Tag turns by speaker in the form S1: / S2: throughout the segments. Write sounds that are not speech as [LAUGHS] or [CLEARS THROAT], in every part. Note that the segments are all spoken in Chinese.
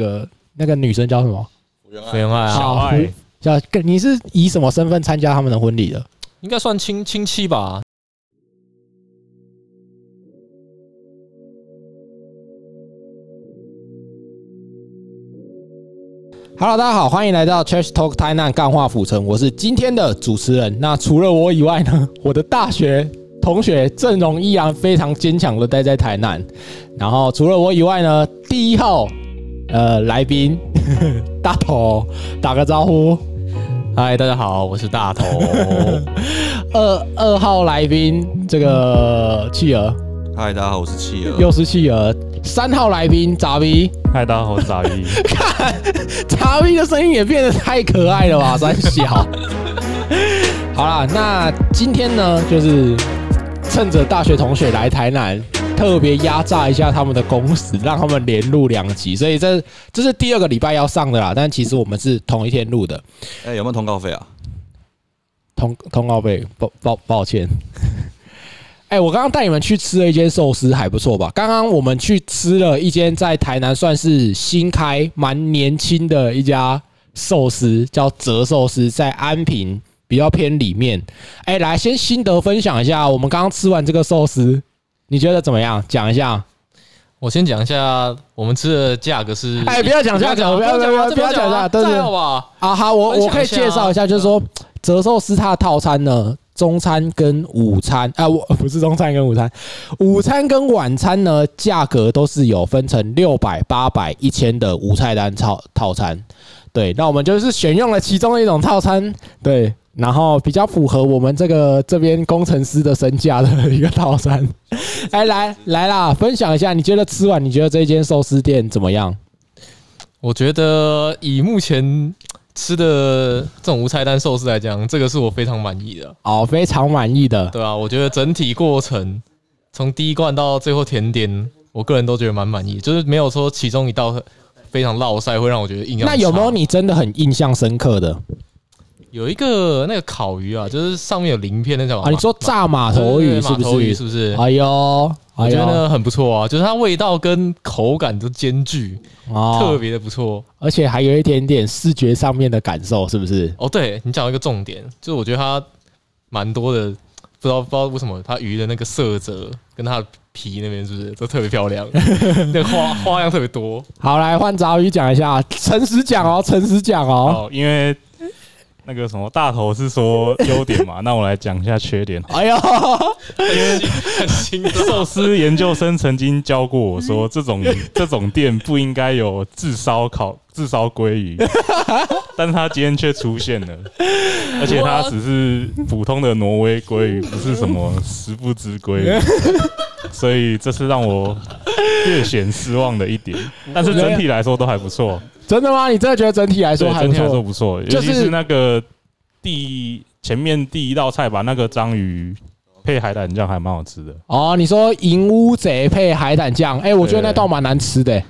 S1: 个那个女生叫什么？
S2: 福原爱啊，
S1: 好
S3: 小爱
S1: 叫你是以什么身份参加他们的婚礼的？
S2: 应该算亲亲戚吧？
S1: Hello，大家好，欢迎来到 Church Talk 台南干化府城，我是今天的主持人。那除了我以外呢， [LAUGHS] 我的大学同学阵容依然非常坚强的待在台南。然后除了我以外呢，第一号呃来宾 [LAUGHS] 大头打个招呼，
S2: 嗨，大家好，我是大头。
S1: [LAUGHS] 二二号来宾这个企鹅
S4: 嗨，大家好，我是企鹅。
S1: 又是企鹅，三号来宾杂逼。
S3: 嗨，大家好，我是杂
S1: [LAUGHS]
S3: 一。
S1: 茶米的声音也变得太可爱了
S3: [LAUGHS]
S1: 吧，三小。好啦，那今天呢，就是趁着大学同学来台南，特别压榨一下他们的工时，让他们连录两集，所以这这是第二个礼拜要上的啦。但其实我们是同一天录的，
S4: 哎、有没有通告费啊？
S1: 通通告费，抱抱抱歉。 [LAUGHS] 哎、我刚刚带你们去吃了一间寿司，还不错吧？刚刚我们去吃了一间在台南算是新开、蛮年轻的一家寿司，叫折寿司，在安平比较偏里面。哎、来先心得分享一下，我们刚刚吃完这个寿司，你觉得怎么样？讲一下。
S2: 我先讲一下，我们吃的价格是……
S1: 哎不要讲价格
S2: 不
S1: 不要
S2: 讲啊，
S1: 不要
S2: 这
S1: 不要讲啊
S2: 这
S1: 对对
S2: 还好吧？
S1: 啊，好，我
S2: 分享
S1: 我可以
S2: 一下啊
S1: 介绍一下，就是说折寿司它的套餐呢，中餐跟午餐啊，我 [LAUGHS] 不是中餐跟午餐，午餐跟晚餐呢，价格都是有分成六百、八百、一千的无菜单套套餐。对，那我们就是选用了其中一种套餐，对，然后比较符合我们这个这边工程师的身价的一个套餐。 [LAUGHS] 哎，来来啦，分享一下，你觉得吃完你觉得这间寿司店怎么样？
S2: 我觉得以目前吃的这种无菜单寿司来讲，这个是我非常满意的，
S1: 哦，非常满意的。
S2: 对啊，我觉得整体过程从第一罐到最后甜点，我个人都觉得蛮满意，就是没有说其中一道非常落塞，会让我觉得印象
S1: 那有没有
S2: 差
S1: 你真的很印象深刻的
S2: 有一个那个烤鱼啊，就是上面有鳞片那种
S3: 哦
S1: 啊？你说炸码头鱼是
S2: 马头
S1: 不
S2: 鱼
S1: 是？
S2: 是不是？
S1: 哎呦，
S2: 我
S1: 哎
S2: 觉
S1: 呦，
S2: 得很不错啊，就是它味道跟口感都兼具，特
S1: 哦，
S2: 别的不错。
S1: 而且还有一点点视觉上面的感受，是不是？
S2: 哦，对你讲到一个重点，就是我觉得它蛮多的，不知道不知道为什么它鱼的那个色泽跟它的皮那边是不是都特别
S1: [LAUGHS]
S2: 漂亮，那个花花样特别多。
S1: 好，来换杂鱼讲一下，诚实讲哦，诚实讲哦。
S3: 好，因为那个什么大头是说优点嘛， [LAUGHS] 那我来讲一下缺点。
S1: 哎呦， [LAUGHS]
S2: 很新
S3: 寿司研究生曾经教过我说，这种这种店不应该有炙烧烤、炙烧鲑鱼， [LAUGHS] 但是他今天却出现了，而且它只是普通的挪威鲑鱼，不是什么食不知鲑鱼，所以这是让我略显失望的一点。但是整体来说都还不错，
S1: 真的吗？你真的觉得整体来
S3: 对，
S1: 说还
S3: 整
S1: 不
S3: 体来说
S1: 错？
S3: 不错，
S1: 就
S3: 尤
S1: 是
S3: 其是那个第前面第一道菜吧，那个章鱼配海胆酱还蛮好吃的。
S1: 哦，你说银乌贼配海胆酱，哎，我觉得那
S3: 对
S1: 道蛮难吃的，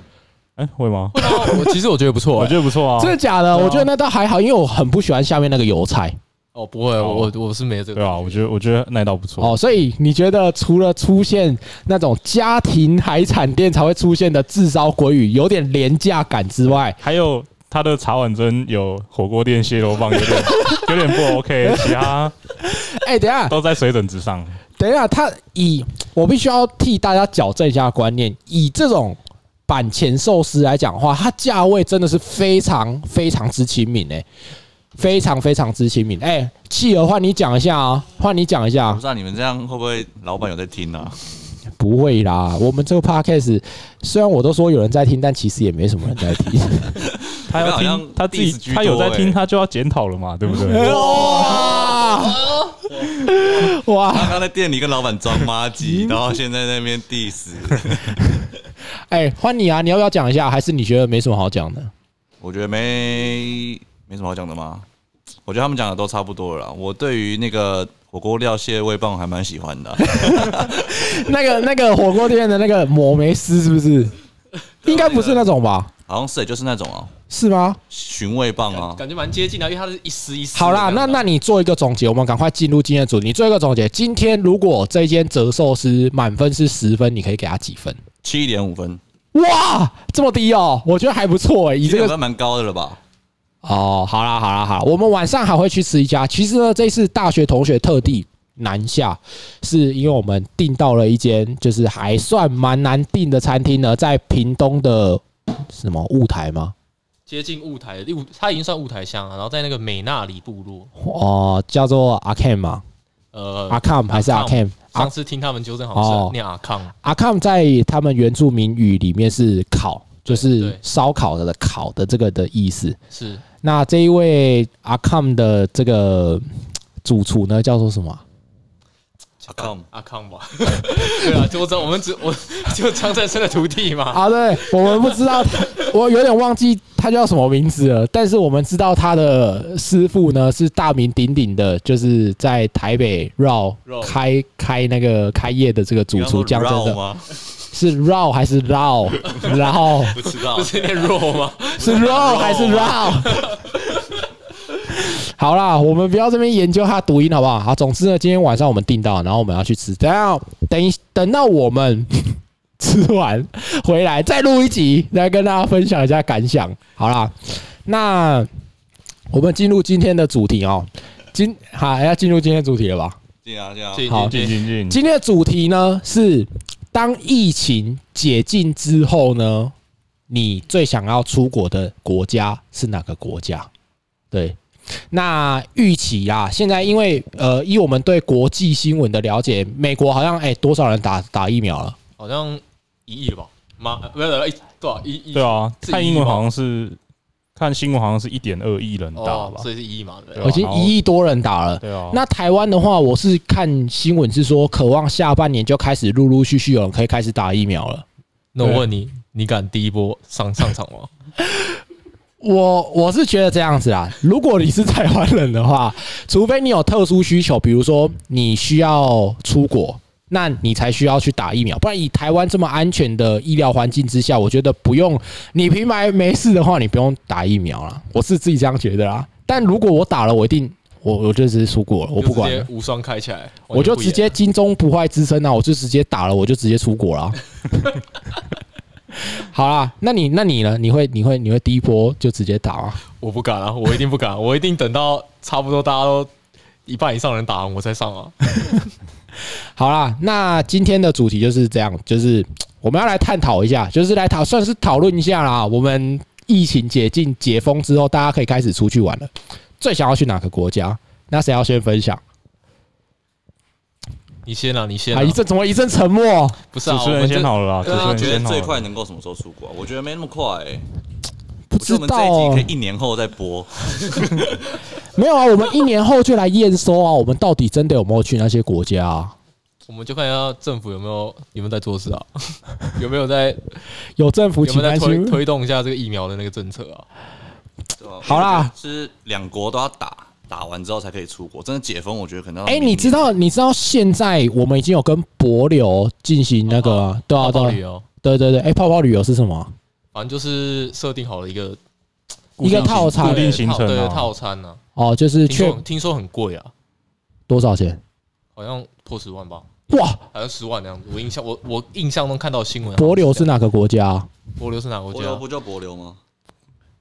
S3: 哎、会吗？
S2: 我其实我觉得不错、
S3: 我
S2: 欸。
S3: 觉得不错啊，
S1: 真的假的？
S3: 对啊
S1: 我觉得那道还好，因为我很不喜欢下面那个油菜。
S2: 哦，不会，我我我是没有这
S3: 对
S2: 个。
S3: 啊，我觉得我觉得那一道不错。
S1: 哦，所以你觉得除了出现那种家庭海产店才会出现的炙烧鲑鱼有点廉价感之外，
S3: 还有它的茶碗蒸有火锅店蟹肉棒，有点有点不 OK，其他
S1: 哎、等一下，
S3: 都在水准之上。
S1: 等一下，他以我必须要替大家矫正一下观念，以这种板前寿司来讲的话，它价位真的是非常非常之亲民诶、非常非常之亲民。哎、企鹅换你讲一下啊，换你讲一下
S4: 不，知道你们这样会不会老板有在听啊？
S1: 不会啦，我们这个 podcast 虽然我都说有人在听，但其实也没什么人在听。
S3: 他
S4: 你们
S3: 要
S4: 好像
S3: 听，他自
S4: diss 居
S3: 己
S4: 多
S3: 他有在听，
S4: 欸
S3: 他就要检讨了嘛，对不对？
S1: 哇哇！
S4: 他刚在店里跟老板装妈鸡，然后现在在那边 diss。
S1: 哎、换你啊！你要不要讲一下？还是你觉得没什么好讲的？
S4: 我觉得没没什么好讲的嘛。我觉得他们讲的都差不多了啦。我对于那个火锅料蟹味棒还蛮喜欢的啊、
S1: [LAUGHS] 那个那个火锅店的那个抹梅丝是不是？应该不是那种吧？
S4: 好像是欸就是那种啊，
S1: 是吗？
S4: 寻味棒啊。
S2: 感觉蛮接近的，因为它是一丝一丝的这
S1: 好
S2: 样
S1: 啦，
S2: 啊。
S1: 那那你做一个总结，我们赶快进入今天的主题。你做一个总结，今天如果这间折寿司满分是十分，你可以给他几分？
S4: 七点五分，
S1: 哇，这么低哦，我觉得还不错哎、以
S4: 你
S1: 这
S4: 这
S1: 个
S4: 个蛮高的了吧？
S1: 哦，好啦好啦好啦，我们晚上还会去吃一家。其实呢，这次大学同学特地南下，是因为我们订到了一间就是还算蛮难订的餐厅呢，在屏东的什么雾台吗？
S2: 接近雾台，雾它已经算雾台乡了，然后在那个美纳里部落，
S1: 哦、叫做阿 Cam 嘛，
S2: 呃，
S1: 阿 Cam 还是阿 Cam？
S2: 上
S1: 阿
S2: 次听他们纠正好像
S1: 哦
S2: 是念阿康，
S1: 阿 Cam 在他们原住民语里面是烤，就
S2: 对
S1: 是
S2: 对
S1: 烧烤的烤的这个的意思。
S2: 是
S1: 那这一位阿 Cam 的这个主厨呢，叫做什么啊？
S4: 阿康
S2: 阿康吧？ [LAUGHS] 对啊，就我知道我们只我就张振生的徒弟 [LAUGHS] 嘛，
S1: 啊，对，我们不知道，我有点忘记他叫什么名字了，但是我们知道他的师傅呢是大名鼎鼎的，就是在台北绕
S2: 绕
S1: 开开那个开业的这个主厨江真
S4: 的
S1: 的，
S4: 吗？
S1: 是绕还是绕绕
S4: 不知道
S2: 不，是念弱吗？
S1: 是绕还是绕？ [LAUGHS] 好啦，我们不要这边研究它读音好不好？好，总之呢，今天晚上我们订到，然后我们要去吃。等下等一等到我们 [LAUGHS] 吃完回来再录一集，来跟大家分享一下感想。好啦，那我们进入今天的主题哦。今好要进入今天的主题了吧？
S4: 进啊进啊！
S2: 进
S1: 好
S3: 进
S2: 进
S3: 进进，
S1: 今天的主题呢是：当疫情解禁之后呢，你最想要出国的国家是哪个国家？对，那预期啊，现在因为呃，以我们对国际新闻的了解，美国好像哎、多少人打打疫苗了？
S2: 好像一亿了吧？妈，呃不是一多少一亿？
S3: 对啊，
S2: 是
S3: 看
S2: 一亿
S3: 英文
S2: 吗
S3: 好像是看新闻好像是一点二亿人打
S2: 哦
S3: 吧，，
S2: 所以是一亿嘛，对不
S3: 对
S2: 对
S3: 啊
S1: 已经一亿多人打了。
S3: 对啊，
S1: 那台湾的话，我是看新闻是说，渴望下半年就开始陆陆续续有人可以开始打疫苗了。
S2: 那我问你，你敢第一波上上场吗？
S1: 我我是觉得这样子啦，如果你是台湾人的话，除非你有特殊需求，比如说你需要出国，那你才需要去打疫苗。不然以台湾这么安全的医疗环境之下，我觉得不用你平白没事的话，你不用打疫苗啦。我是自己这样觉得啦。但如果我打了，我一定我我就直接出国了，我
S2: 我
S1: 不管了。
S2: 无双开起来，
S1: 我就直接
S2: 完全
S1: 金钟不坏之身啊！我就直接打了，我就直接出国了啊。好啦，那你那你呢？你会你会你会第一波就直接打吗？
S2: 不演我不敢啊，我一定不敢，我一定等到差不多大家都一半以上人打完我再上啊。
S1: 好啦，那今天的主题就是这样，就是我们要来探讨一下，就是来讨算是讨论一下啦。我们疫情解禁解封之后，大家可以开始出去玩了。最想要去哪个国家？那谁要先分享？
S2: 你先啊，你先啊
S1: 啊，一，阵怎么一阵沉默？
S2: 不是啊，
S3: 主持
S2: 我
S3: 人
S2: 们这
S3: 先好了啦，主
S4: 对啊，
S3: 持
S4: 觉
S3: 人先
S4: 得
S3: 好
S4: 最快
S3: 了。
S4: 能够什么时候出国啊？我觉得没那么快欸。
S1: 不
S4: 我觉
S1: 知
S4: 得我们
S1: 道
S4: 这一集
S1: 哦
S4: 可以一年后再播。
S1: 没有啊，我们一年后就来验收啊，我们到底真的有没有去那些国家、啊？
S2: 我们就看一下政府有没有有没有在做事啊，有没有在
S1: 有政府
S2: 有没
S1: 请
S2: 有在
S1: 担
S2: 推
S1: 心。
S2: 推动一下这个疫苗的那个政策啊？
S4: 对吧
S1: 好啦，
S4: 是两国都要打，打完之后才可以出国。真的解封，我觉得可能要
S1: 哎、
S4: 明
S1: 你
S4: 年
S1: 知道你知道现在我们已经有跟博流进行那个啊，对啊
S2: 泡
S1: 对
S2: 泡
S1: 啊
S2: 旅游，
S1: 对对对，哎、泡泡旅游是什么啊？
S2: 哦反正就是设定好了一个
S1: 一个套餐
S3: 固定行
S2: 对
S3: 程
S2: 对
S3: 啊，
S2: 套餐呢，
S1: 哦，就是
S2: 听
S1: 确
S2: 说听说很贵啊，
S1: 多少钱？
S2: 好像破十万吧，
S1: 哇，
S2: 好像十万那样子。我印象我我印象中看到的新闻，
S1: 博流是哪个国家啊、
S2: 博流是哪个
S4: 博
S2: 国
S4: 流
S2: 家？
S4: 不就博流吗？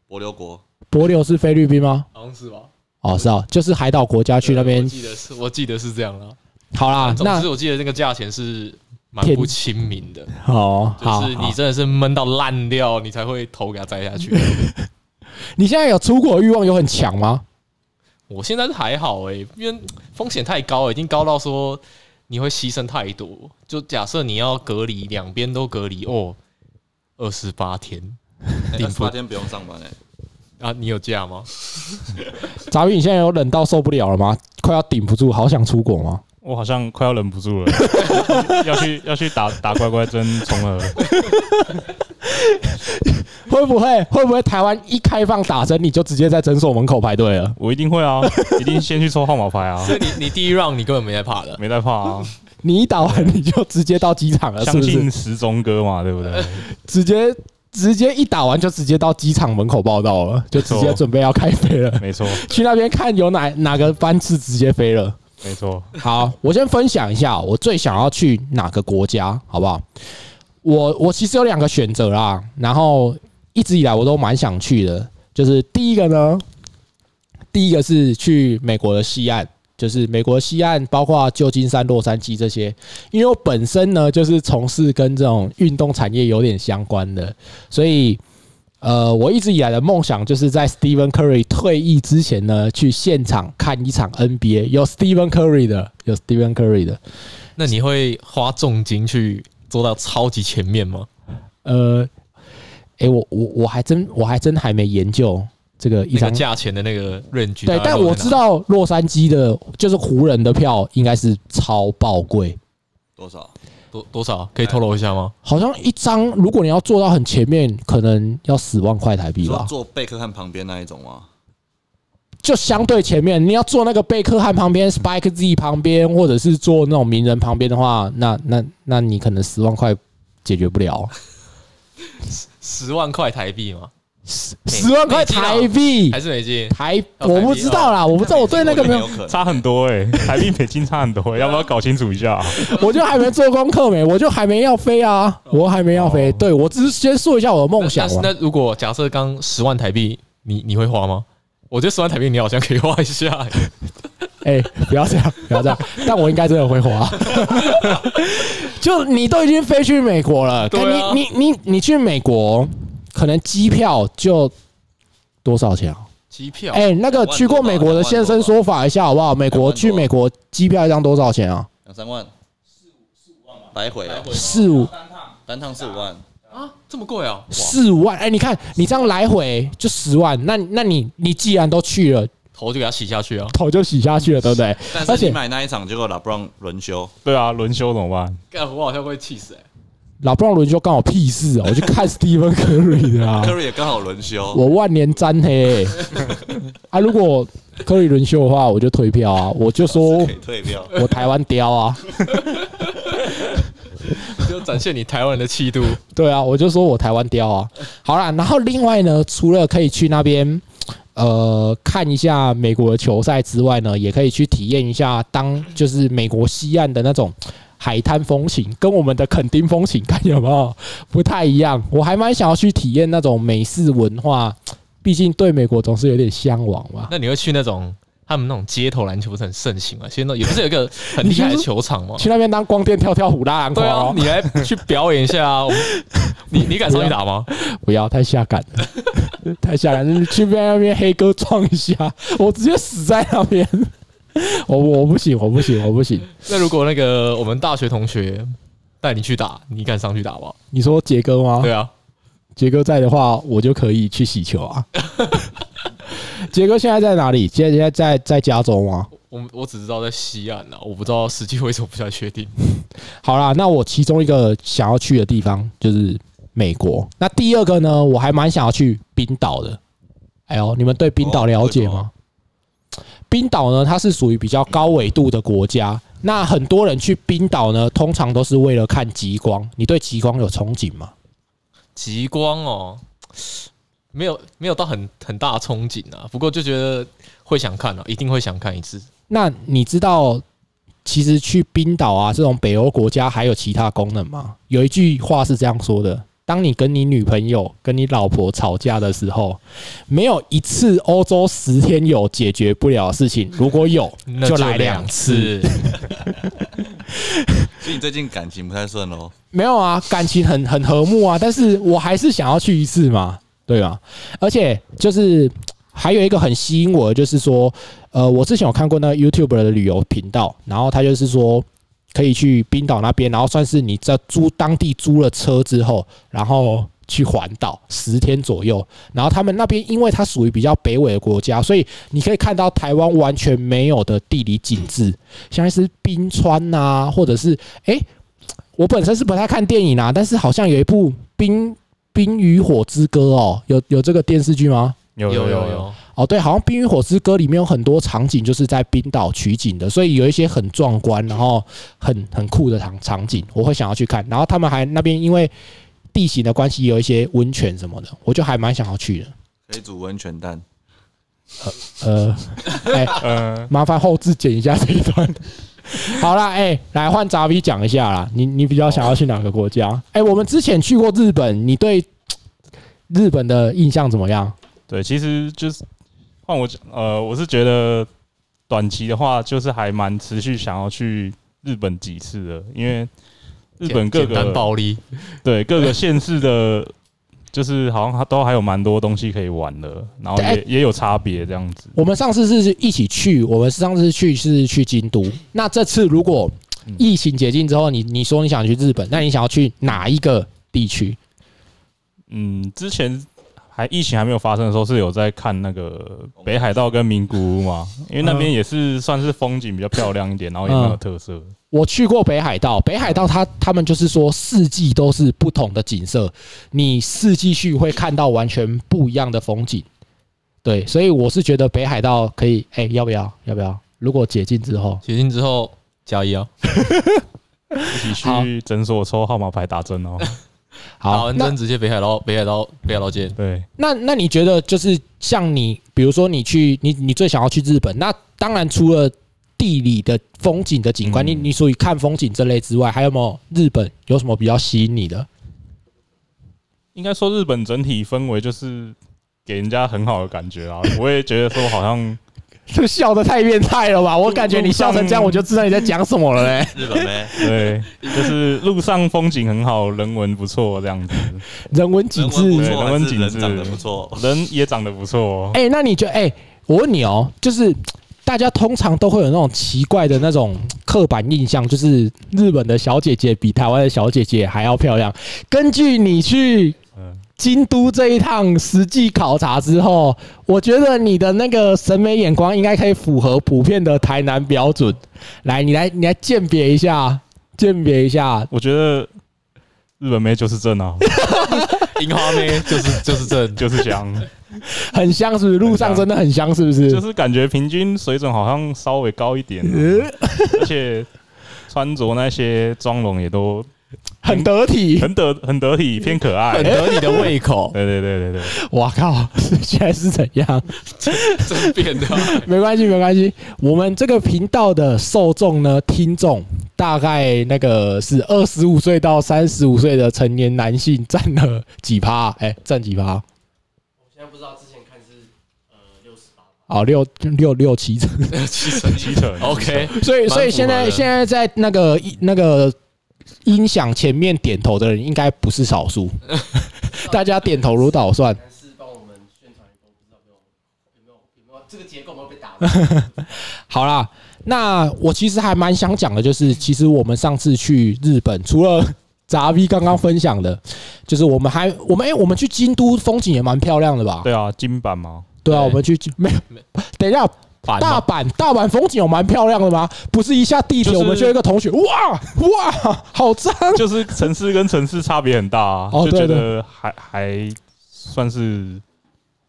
S4: 博流国
S1: 博流是菲律宾吗？
S2: 好像是吧？
S1: 哦，是啊，就是海岛国家去那
S2: 我
S1: 边。
S2: 记得是，我记得是这样啦。
S1: 好啦，
S2: 总
S1: 那
S2: 之，我记得这个价钱是蛮
S1: 天
S2: 不亲民的，
S1: 好
S2: 就
S1: 好，
S2: 是
S1: 好
S2: 你真的是闷到烂掉，你才会头给它摘下去。
S1: 你现在有出国欲望有很强吗？
S2: 我现在是还好诶、因为风险太高了，已经高到说你会牺牲太多。就假设你要隔离，两边都隔离哦，二十八天顶
S4: 顶
S2: 不
S4: 八天不用上班哎、
S2: 啊，你有假吗？
S1: 杂鱼，你现在有冷到受不了了吗？快要顶不住，好想出国吗？
S3: 我好像快要忍不住了， [LAUGHS] 要去要去打打乖乖针重合。
S1: 会不会会不会台湾一开放打针，你就直接在诊所门口排队了？
S3: 我一定会啊，一定先去抽号码牌啊，
S2: 所以 [LAUGHS] 你你第一 round 你根本没在怕的，
S3: 没在怕啊，
S1: 你一打完你就直接到机场啊了，是
S3: 相
S1: 不是
S3: 信？时钟哥嘛，对不对？
S1: 直接直接一打完就直接到机场门口报道了，就直接准备要开飞了。
S3: 没错，
S1: 去那边看有哪哪个班次直接飞了。
S3: 没错，
S1: 好，我先分享一下我最想要去哪个国家，好不好？我我其实有两个选择啦，然后一直以来我都蛮想去的，就是第一个呢，第一个是去美国的西岸，就是美国西岸包括旧金山、洛杉矶这些，因为我本身呢就是从事跟这种运动产业有点相关的，所以。呃，我一直以来的梦想就是在 Stephen Curry 退役之前呢，去现场看一场 NBA，有 Stephen Curry 的，有 Stephen Curry 的，
S2: 那你会花重金去做到超级前面吗？
S1: 呃，诶，我我我还真我还真还没研究这个一
S2: 那个
S1: 张。
S2: 价啊钱的那个 range，
S1: 对，
S2: 大概
S1: 但
S2: 落
S1: 我
S2: 在
S1: 知
S2: 哪
S1: 道洛杉矶的，就是湖人的票应该是超爆贵，
S4: 多少？
S2: 多多少，可以透露一下吗？
S1: 好像一张如果你要坐到很前面，可能要十万块台币
S4: 说
S1: 吧。
S4: 坐贝克汉旁边那一种吗？
S1: 就相对前面，你要坐那个贝克汉旁边、Spike Z 旁边，或者是坐那种名人旁边的话，那那那你可能十万块解决不
S2: [LAUGHS]
S1: 了，
S2: 十万块台币吗？
S1: 十万块台币
S2: 嗯还是哦美金？
S1: 台我不知道啦，我不知道，我对那个没有
S4: 可能
S3: 差很多哎、台币美金差很多、欸，要不要搞清楚一下、啊？
S1: 我就还没做功课没，我就还没要飞啊，我还没要飞。对我只是先说一下我的梦想
S2: 哦那
S1: 嘛。
S2: 那那如果假设刚十万台币，你你会花吗？我觉得十万台币你好像可以花一下、欸
S1: 哎、不要这样，不要这样。但我应该真的会
S2: [LAUGHS]
S1: 花。就你都已经飞去美国了，
S2: 对
S1: 跟你、
S2: 啊
S1: 你你你去美国，可能机票就多少钱啊？
S2: 机票。
S1: 哎、那个
S4: 两万
S1: 去过美国的现身说法一下好不好？美
S4: 两
S1: 国
S4: 万多
S1: 去美国机票一张多少钱啊？
S4: 两三万，四五四五万来回啊，
S1: 四五
S4: 单趟四五万，
S2: 啊，这么贵啊！哇，
S1: 四五万。哎、你看你这样来回就十万，那那你你既然都去了，
S2: 头就给它洗下去啊！
S1: 头就洗下去了，对不对？而
S4: 但是
S1: 且
S4: 你买那一场，结果拉布朗轮休，
S3: 对啊，轮休怎么办？
S2: 干，我好像会气死哎、
S1: 老布朗伦就干我屁事啊！我去看 Stephen Curry 的啊哦
S4: 科，瑞也刚好轮休，
S1: 我万年沾黑、啊！如果 Curry 轮休的话，我就退票啊！我就
S4: [LAUGHS]
S1: 说
S4: 可以退票。
S1: 我台湾雕啊，
S2: 就展现你台湾人的气度。
S1: 对啊，我就说我台湾雕啊！好啦，然后另外呢，除了可以去那边呃看一下美国的球赛之外呢，也可以去体验一下当就是美国西岸的那种。海滩风情跟我们的垦丁风情看有没有不太一样？我还蛮想要去体验那种美式文化，毕竟对美国总是有点向往嘛。
S2: [LAUGHS] 那你会去那种他们那种街头篮球不是很盛行啊？现在也不是有一个很厉害的球场吗？
S1: 去那边当光电跳跳虎拉篮筐
S2: [LAUGHS] 哦对啊
S1: 哦、，
S2: 你来去表演一下 [LAUGHS] 啊！我们你你敢上去打吗？
S1: 不要太下感 [LAUGHS] 了，太下感了，去那边黑哥撞一下，我直接死在那边。 [LAUGHS] 我我不行，我不行，我不行。
S2: 那如果那个我们大学同学带你去打，你敢上去打吗？
S1: 你说杰哥吗？
S2: 对啊，
S1: 杰哥在的话，我就可以去洗球啊。 [LAUGHS] 杰哥现在在哪里？现在现在在在加州吗？
S2: 我我只知道在西岸啊，我不知道实际位置，我不太确定。
S1: 好啦，那我其中一个想要去的地方就是美国。那第二个呢，我还蛮想要去冰岛的。哎呦，你们哦对冰岛了解吗？冰岛呢，它是属于比较高纬度的国家。那很多人去冰岛呢，通常都是为了看极光。你对极光有憧憬吗？
S2: 极光哦，没有没有到很很大的憧憬啊，不过就觉得会想看啊，一定会想看一次。
S1: 那你知道，其实去冰岛啊这种北欧国家还有其他功能吗？有一句话是这样说的：当你跟你女朋友、跟你老婆吵架的时候，没有一次欧洲十天有解决不了的事情，如果有
S2: 那
S1: 就来
S2: 两
S1: 两次。，
S4: 所以你最近感情不太顺喽？
S1: 没有啊，感情很很和睦啊，但是我还是想要去一次嘛，对吧？而且就是还有一个很吸引我的，就是说，呃，我之前有看过那个 YouTube 的旅游频道，然后他就是说可以去冰岛那边，然后算是你在租当地租了车之后，然后去环岛十天左右，然后他们那边因为它属于比较北纬的国家，所以你可以看到台湾完全没有的地理景致，像是冰川呐、或者是诶。我本身是不太看电影啊，但是好像有一部《冰冰与火之歌》哦，有有这个电视剧吗？
S3: 有
S2: 有
S3: 有
S2: 有，有，
S1: 哦，对，好像《冰与火之歌》里面有很多场景就是在冰岛取景的，所以有一些很壮观，然后很很酷的场场景，我会想要去看。然后他们还那边因为地形的关系，有一些温泉什么的，我就还蛮想要去的。
S4: 可以煮温泉蛋，
S1: 呃，哎、
S3: 呃，
S1: 麻烦后置剪一下这一段。 [LAUGHS] 好啦，哎、来换杂比讲一下啦。你你比较想要去哪个国家？哎、我们之前去过日本，你对日本的印象怎么样？
S3: 对，其实就是换我讲，呃，我是觉得短期的话，就是还蛮持续想要去日本几次的，因为日本各
S2: 简单
S3: 个
S2: 暴力，
S3: 对各个县市的，就是好像都还有蛮多东西可以玩的，然后
S1: 哎
S3: 也也有差别这样子。
S1: 我们上次是一起去，我们上次去是去京都。那这次如果
S3: 嗯
S1: 疫情解禁之后，你你说你想去日本，那你想要去哪一个地区？
S3: 嗯，之前还疫情还没有发生的时候，是有在看那个北海道跟名古屋嘛，因为那
S1: 嗯
S3: 边也是算是风景比较漂亮一点，然后也蛮有特色。
S1: 我去过北海道，北海道它他们就是说四季都是不同的景色，你四季去会看到完全不一样的风景。对，所以我是觉得北海道可以，哎、要不要？要不要？如果解禁之后，
S2: 解禁之后加一啊。
S3: 一起
S1: 好
S3: 去诊所抽号码牌打针
S1: [LAUGHS]
S3: 哦。
S2: 打
S1: 好，
S2: 完
S1: 那
S2: 针直接北海道，北海道，北海道见。
S3: 对，
S1: 那那你觉得就是像你，比如说你去你你最想要去日本，那当然除了地理的风景的景观，
S3: 嗯
S1: 你你属于看风景这类之外，还有没有日本有什么比较吸引你的？
S3: 应该说日本整体氛围就是给人家很好的感觉啊，我也觉得说好像
S1: [LAUGHS] 这笑的太变态了吧！我感觉你笑成这样，我就知道你在讲什么了嘞。
S4: 日本呗，
S3: 对，就是路上风景很好，人文不错这样子，
S1: [LAUGHS] 人文景
S4: 人
S1: 致
S4: 文不，
S3: 对
S4: 错，啊
S3: 人
S4: 还
S3: 文
S4: 是
S3: 景
S4: 人
S3: 致
S4: 长得不错。
S3: 人也长得不错、
S4: [LAUGHS]
S3: 哦。
S1: 哎、那你觉得？哎、我问你哦，就是大家通常都会有那种奇怪的那种刻板印象，就是日本的小姐姐比台湾的小姐姐还要漂亮。根据你去
S3: 嗯，
S1: 京都这一趟实际考察之后，我觉得你的那个审美眼光应该可以符合普遍的台南标准。来，你来，你来鉴别一下，鉴别一下。
S3: 我觉得日本妹就是正啊，
S2: [LAUGHS]
S3: [LAUGHS]
S2: 樱花妹就是就是 [LAUGHS] 正，
S3: 就是香，
S1: [LAUGHS] 很香是不是？路上真的很香是不是？
S3: 就是感觉平均水准好像稍微高
S1: [LAUGHS]
S3: 一点啊、
S1: 呃
S3: 而且穿着那些妆容也都
S1: 很得体。
S3: 很得很得体，偏可爱
S2: 很。得你的胃 [LAUGHS] 口，
S3: 对对对对对，
S1: 哇靠！ [LAUGHS] 现在是怎样？
S2: 真变的。
S1: 没关系，没关系。我们这个频道的受众呢，听众大概那个是二十五岁到三十五岁的成年男性占了几趴？哎、占几趴？我现在不知道，之前看是呃六十八。哦，六六六七成，
S3: 七成
S4: 哦
S2: OK，
S1: [LAUGHS] 所以
S2: 蛮符合的
S1: 所以现在现在在那个那个音响前面点头的人应该不是少
S2: [LAUGHS]
S1: 数，大家点头如捣蒜。 [LAUGHS] 好啦，那我其实还蛮想讲的，就是其实我们上次去日本，除了杂 V 刚刚分享的，就是我们还我们哎、我们去京都风景也蛮漂亮的吧？
S3: 对啊，金版嘛，
S1: 对啊，
S2: 对
S1: 我们去没有
S2: 没？
S1: 等一下，
S2: 版
S1: 大
S2: 嘛
S1: 阪大阪风景有蛮漂亮的吗？不是一下地铁，
S3: 就是
S1: 我们就有一个同学，哇哇， [LAUGHS] 好赞！
S3: 就是城市跟城市差别很大啊，
S1: [LAUGHS] 哦
S3: 就觉
S1: 对
S3: 得还还算是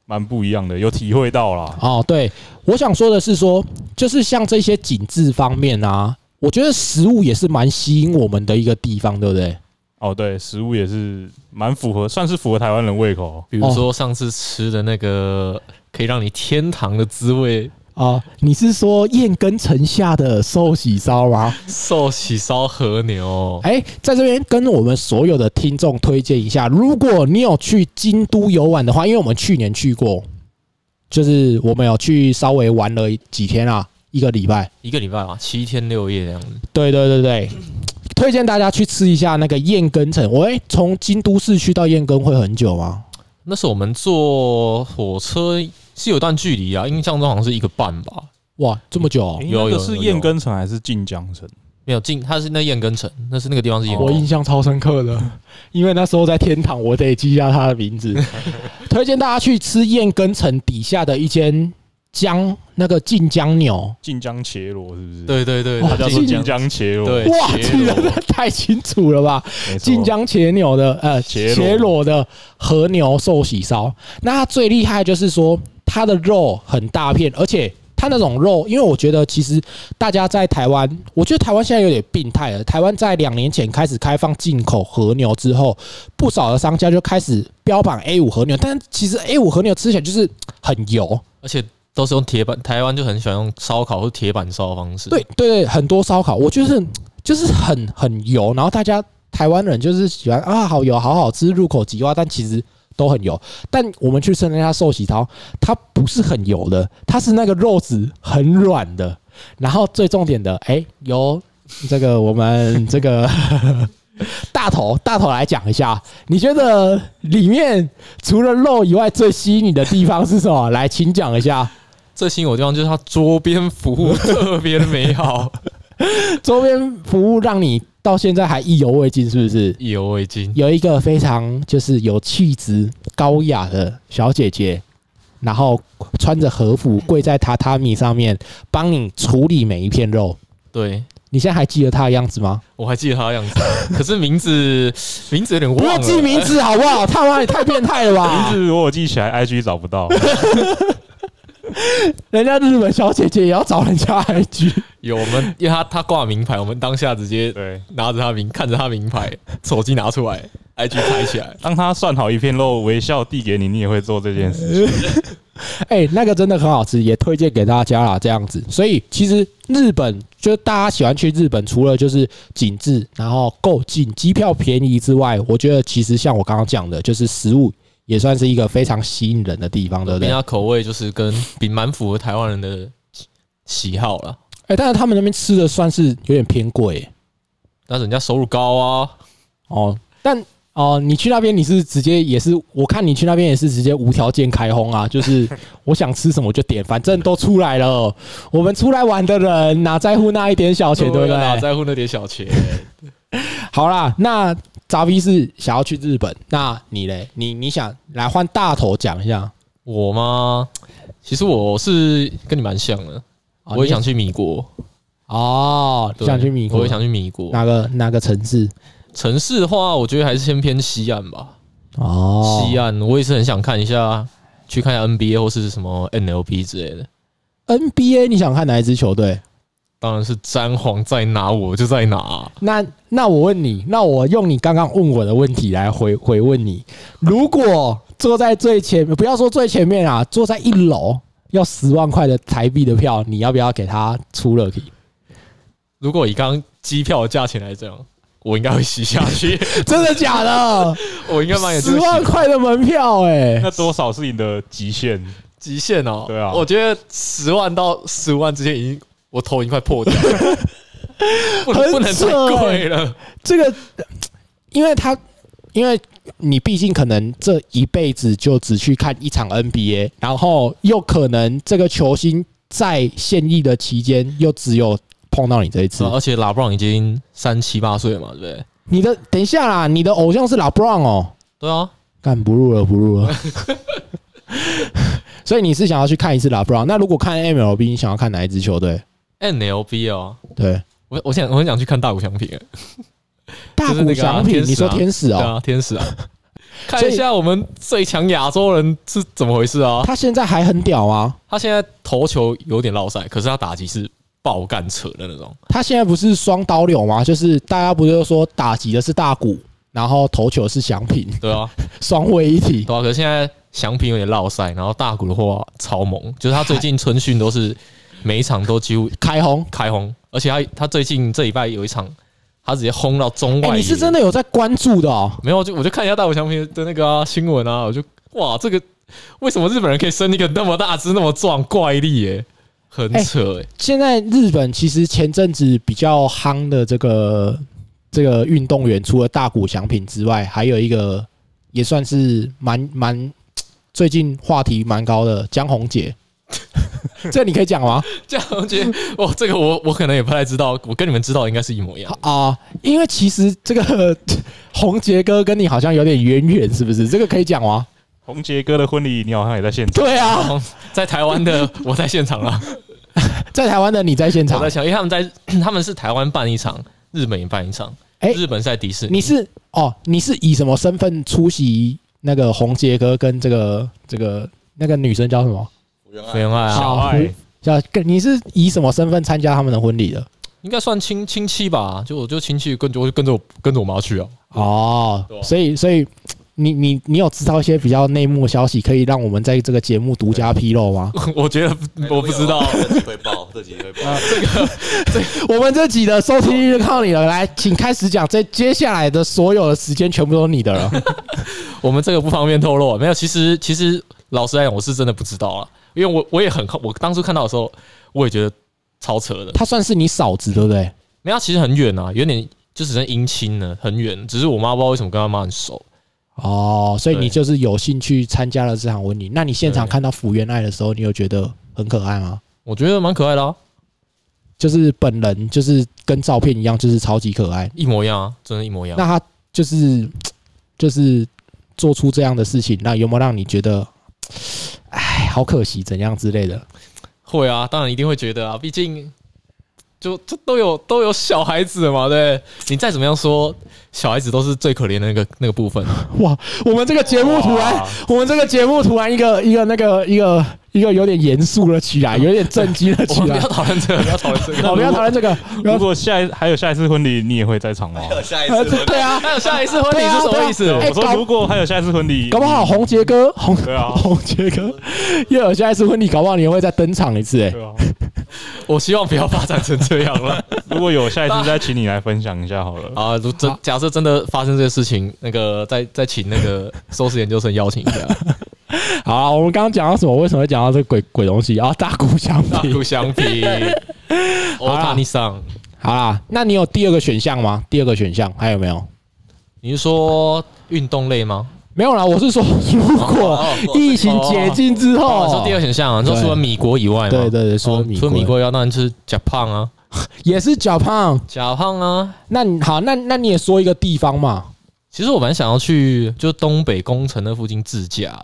S3: 蛮不一样的，有体会到啦。
S1: 哦，对，我想说的是说，就是像这些景致方面啊，我觉得食物也是蛮吸引我们的一个地方，对不对？
S3: 哦，对，食物也是蛮符合，算是符合台湾人胃口。
S2: 比如说上次吃的那个可以让你天堂的滋味
S1: 啊，你是说燕根城下的寿喜烧吗？
S2: 寿喜烧和牛，
S1: 哎、在这边跟我们所有的听众推荐一下，如果你有去京都游玩的话，因为我们去年去过，就是我们有去稍微玩了几天啊，一个礼拜。
S2: 一个礼拜啊，七天六夜这样子。
S1: 对对对对，推荐大家去吃一下那个燕根城。喂，从京都市区到燕根会很久吗？
S2: 那时候我们坐火车是有段距离啊，印象中好像是一个半吧。
S1: 哇，这么久哦、
S3: 诶
S2: 有
S3: 那个
S2: 有
S3: 是
S2: 有
S3: 燕根城还是晋江城？
S2: 没有进，它是那燕根城，那是那个地方是燕
S1: 我哦
S2: 根
S1: 印
S2: 城。
S1: 象超深刻的，因为那时候在天堂，我得记下他的名字。 [LAUGHS] 推荐大家去吃燕根城底下的一间江那个晋江牛。
S3: 晋江茄螺是不是？，
S2: 对对对，
S1: 哦
S3: 它叫
S2: 它
S3: 做
S1: 晋
S3: 晋江茄螺。
S2: 对
S1: 哇，
S2: 茄
S1: 记得
S2: 螺
S1: 太清楚了吧？
S3: 哎没错
S1: 晋江茄牛的呃
S3: 茄
S1: 茄
S3: 螺
S1: 螺的和牛寿喜烧，那它最厉害就是说它的肉很大片，而且它那种肉，因为我觉得其实大家在台湾，我觉得台湾现在有点病态了。台湾在两年前开始开放进口和牛之后，不少的商家就开始标榜 A 五和牛，但其实 A 五和牛吃起来就是很油，
S2: 而且都是用铁板，台湾就很喜欢用烧烤或铁板烧的方式。
S1: 对，对对，很多烧烤，我就是就是很很油，然后大家台湾人就是喜欢啊，好油，好好吃，入口即化，但其实都很油。但我们去吃那家寿喜烧，它不是很油的，它是那个肉质很软的，然后最重点的，哎、有这个我们这个大头大头来讲一下，你觉得里面除了肉以外最吸引你的地方是什么？来，请讲一下。
S2: 最吸引我的地方就是它桌边服务特别的美好， [LAUGHS]
S1: 周边服务让你到现在还意犹未尽，是不是？
S2: 意犹未尽。
S1: 有一个非常就是有气质、高雅的小姐姐，然后穿着和服跪在榻榻米上面，帮你处理每一片肉。
S2: 对，
S1: 你现在还记得她的样子吗？
S2: 我还记得它的样子， [LAUGHS] 可是名字名字有点
S1: 不要
S2: 忘
S1: 记
S2: 了。
S1: 名字好不好？他妈也太变态了
S3: 名
S2: [LAUGHS]
S1: 吧！
S3: 字我有记起来，IG 找不
S1: [LAUGHS]
S3: 到。
S1: 人家日本小姐姐也要找人家 IG，
S2: 有我们，因为他他挂名牌，我们当下直接
S3: 对，
S2: 拿着他名，看着他名牌，手机拿出来，IG 开起来。
S3: 当他算好一片肉，微笑递给你，你也会做这件事。
S1: 哎、那个真的很好吃，也推荐给大家啦。这样子，所以其实日本就大家喜欢去日本，除了就是景致，然后够近，机票便宜之外，我觉得其实像我刚刚讲的，就是食物也算是一个非常吸引人的地方，对不
S2: 人
S1: 对？哎、
S2: 家口味就是跟比蛮符合台湾人的喜好了，
S1: 哎但是他们那边吃的算是有点偏贵、
S2: 但是人家收入高啊，
S1: 哦。但哦、你去那边你是直接也是，我看你去那边也是直接无条件开轰啊，就是我想吃什么就点，反正都出来了，我们出来玩的人哪在乎那一点小钱，对不啊对？
S2: 哪在乎那点
S1: [LAUGHS]
S2: 小钱？
S1: 好啦，那扎比是想要去日本，那你嘞？你你想来换大头讲一下？
S2: 我吗？其实我是跟你蛮像的，
S1: 哦
S2: 我也想去米国，
S1: 哦，
S2: 对
S1: 想去米国，
S2: 我也想去米国。
S1: 哪个哪个城市？
S2: 城市的话，我觉得还是先偏西岸吧。
S1: 哦，
S2: 西岸，我也是很想看一下，去看一下 NBA 或是什么 NLB 之类的。
S1: NBA，你想看哪一支球队？
S2: 当然是詹皇在哪，我就在哪、
S1: 那那我问你，那我用你刚刚问我的问题来回回问你：如果坐在最前面，不要说最前面啊，坐在一楼要十万块的台币的票，你要不要给他出了？
S2: 如果以刚刚机票的价钱来讲，我应该会洗下去， [LAUGHS]
S1: 真的假的？
S2: 我应该蛮有这
S1: 十
S2: 个
S1: 万
S2: 习
S1: 块的门票、欸，
S3: 那多少是你的极限？
S2: 极限哦。
S3: 对啊
S2: 我觉得十万到十五万之间已经，我头已经快破掉了，
S1: [LAUGHS]
S2: 不能不能太贵了。
S1: 这个，因为他，因为你毕竟可能这一辈子就只去看一场 NBA，然后又可能这个球星在现役的期间又只有碰到你这一次
S2: 是。啊而且拉布朗已经三七八岁了嘛，对不对？
S1: 你的等一下啦，你的偶像是老 Brown 哦，
S2: 对啊，
S1: 干不录了，不录了。 [LAUGHS] 所以你是想要去看一次老 Brown？那如果看 MLB，你想要看哪一支球队？
S2: NLB 哦，
S1: 对，
S2: 我我想我很想去看大谷翔平，欸
S1: 大
S2: 就是
S1: 谷
S2: 那个啊
S1: 翔平，
S2: 天使啊
S1: 你说天使
S2: 对
S1: 哦、
S2: 啊，天使啊，看
S1: [LAUGHS] 所
S2: 一
S1: 以
S2: 下我们最强亚洲人是怎么回事啊？
S1: 他现在还很屌啊吗？
S2: 他现在投球有点落赛，可是他打击是爆干扯的那种。
S1: 他现在不是双刀流吗？就是大家不是说打击的是大鼓，然后投球是翔平， [LAUGHS]
S2: 对啊，
S1: 双位一体。
S2: 对啊，可是现在翔平有点落赛，然后大谷的话超猛，就是他最近春训都是每一场都几乎
S1: 开轰！
S2: 开轰，而且他他最近这礼拜有一场，他直接轰到中
S1: 哎、
S2: 外、
S1: 你是真的？有在关注的哦、
S2: 没有，我就我就看一下大谷翔平的那个、啊、新闻啊，我就哇，这个为什么日本人可以生一个那么大只、那么壮怪力耶、很扯哎、
S1: 现在日本其实前阵子比较夯的这个这个运动员，除了大谷翔平之外，还有一个也算是蛮蛮最近话题蛮高的江宏杰， [LAUGHS] 这你可以讲吗？
S2: 这样我觉得哇，这个我我可能也不太知道，我跟你们知道的应该是一模一样。
S1: 啊，因为其实这个 [LAUGHS] 宏杰哥跟你好像有点渊源，是不是？这个可以讲吗？
S3: 红杰哥的婚礼，你好像也在现场。
S1: 对啊，
S2: 在台湾的我在现场啊了，
S1: 在台湾的你在现
S2: 我
S1: 场
S2: 在，想，因为他们在 [CLEARS THROAT] 他们是台湾办一场，日本也办一场，
S1: 哎
S2: 日本是在迪士尼，
S1: 你是哦，你是以什么身份出席那个红杰哥跟这个这个那个女生叫什么？
S2: 没有爱啊，
S1: 好
S3: 小爱
S1: 叫跟你是以什么身份参加他们的婚礼的？
S2: 应该算亲亲戚吧，就我就亲戚跟着我就跟着我跟着我妈去啊，
S1: 哦，所以所以你你你有知道一些比较内幕的消息，可以让我们在这个节目独家披露吗？
S2: [LAUGHS] 我觉得我不知道，
S4: 这集会爆，这集会爆。
S1: 我们这集的收听率就靠你了，来，请开始讲，这接下来的所有的时间全部都你的了。
S2: 我们这个不方便透露。没有，其实其实老实来讲，我是真的不知道啊，因为我我也很好我当初看到的时候，我也觉得超扯的。
S1: 他算是你嫂子对不对？
S2: 没有，其实很远啊，有点就只剩姻亲了，很远。只是我妈不知道为什么跟她妈很熟，
S1: 哦，所以你
S2: 对
S1: 就是有幸去参加了这场婚礼。那你现场
S2: 对
S1: 看到福原爱的时候，你有觉得很可爱吗？
S2: 我觉得蛮可爱的、啊，
S1: 就是本人就是跟照片一样，就是超级可爱。
S2: 一模一样啊，真的，一模一样。
S1: 那他就是就是做出这样的事情，那有没有让你觉得，哎，好可惜，怎样之类的？
S2: 会啊，当然一定会觉得啊，毕竟就就都有都有小孩子了嘛，对你再怎么样说，小孩子都是最可怜的那个那个部分。
S1: 哇，我们这个节目 [LAUGHS] 突然
S3: 哇，
S1: 我们这个节目突然一个一个那个一个一个有点严肃了起来，有点震惊了
S2: 我
S1: 起
S2: 们不
S1: 来哦
S2: 要。讨论
S1: [LAUGHS]
S2: 这个，不要讨论这个。
S1: 好，不啊要讨论这个，不要
S3: 如果下一还有下一次婚礼，你也会在场吗？
S4: 下一
S1: 呃
S4: 次
S1: 对啊，
S2: 还有下一次婚礼是什么意思？
S1: 对啊对啊哎
S3: 我说
S1: 搞
S3: 如果还有下一次婚礼，
S1: 搞不好红杰哥红
S3: 对啊
S1: 红杰哥又有下一次婚礼，搞不好你也会再登场一次哎、
S3: 对啊，
S2: 我希望不要发展成
S1: [LAUGHS]
S2: 这样了
S3: 如果有下一次再请你来分享一下好
S2: [LAUGHS]
S3: 了。
S2: 啊！如真假设真的发生这个事情，那个再再请那个 [LAUGHS] 收视研究生邀请一
S1: [LAUGHS]
S2: 下，
S1: 好啊，我们刚刚讲到什么？为什么会讲到这个鬼鬼东西啊？大鼓相
S2: 大
S1: 比
S2: 不。相
S1: [LAUGHS]
S2: 比。欧塔尼桑，
S1: 好啦，那你有第二个选项吗？第二个选项还有没有？
S2: 你是说运动类吗？
S1: 没有啦，我是说，如果疫情解禁之
S2: 哦，
S1: 后，
S2: 你说第二选项啊，你说除了米国以外嘛，
S1: 对对对，说
S2: 哦
S1: 米
S2: 除了米
S1: 国
S2: 国以外，当然就是 Japan 啊，
S1: 也是脚胖。
S2: 甲胖啊。
S1: 那你好，那那你也说一个地方嘛？
S2: 其实我蛮想要去，就东北宫城那附近自驾，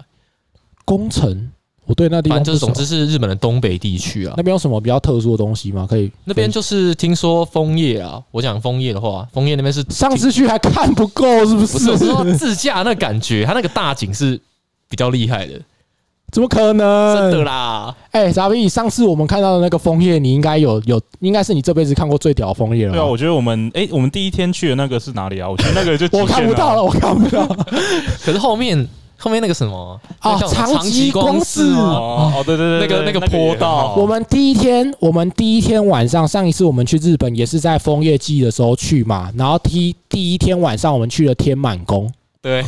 S1: 宫城，我对那地
S2: 反
S1: 方
S2: 正
S1: 不
S2: 就是
S1: 熟
S2: 总之是日本的东北地区啊
S1: 那。边有什么比较特殊的东西吗？可以
S2: 那边就是听说枫叶啊，我讲枫叶的话，枫叶那边是
S1: 上次去还看不够，是不 [LAUGHS]
S2: 不是
S1: 是？
S2: 我是说自驾那感觉，它那个大景是比较厉害的，
S1: [LAUGHS] 怎么可能？
S2: 真的啦。
S1: 哎、傻逼，上次我们看到的那个枫叶，你应该有有，应该是你这辈子看过最屌的枫叶了吧。
S3: 对啊，我觉得我们哎，我们第一天去的那个是哪里啊？我哦觉得那个就
S1: 我看不到了，
S3: 了。啊
S1: 我看不到
S2: 可是后面后面那个什么
S1: 啊
S2: 那叫什么
S1: 长
S2: 长
S1: 极
S2: 极
S1: 光
S2: 光啊
S1: 寺
S2: 吗？
S3: 哦哦，对对对，
S2: 那个
S3: 对
S2: 那个
S3: 也
S2: 坡
S3: 很
S2: 道
S3: 好
S1: 我们第一天，我们第一天晚上，上一次我们去日本也是在枫叶季的时候去嘛，然后第第一天晚上我们去了天满宫。
S2: 对，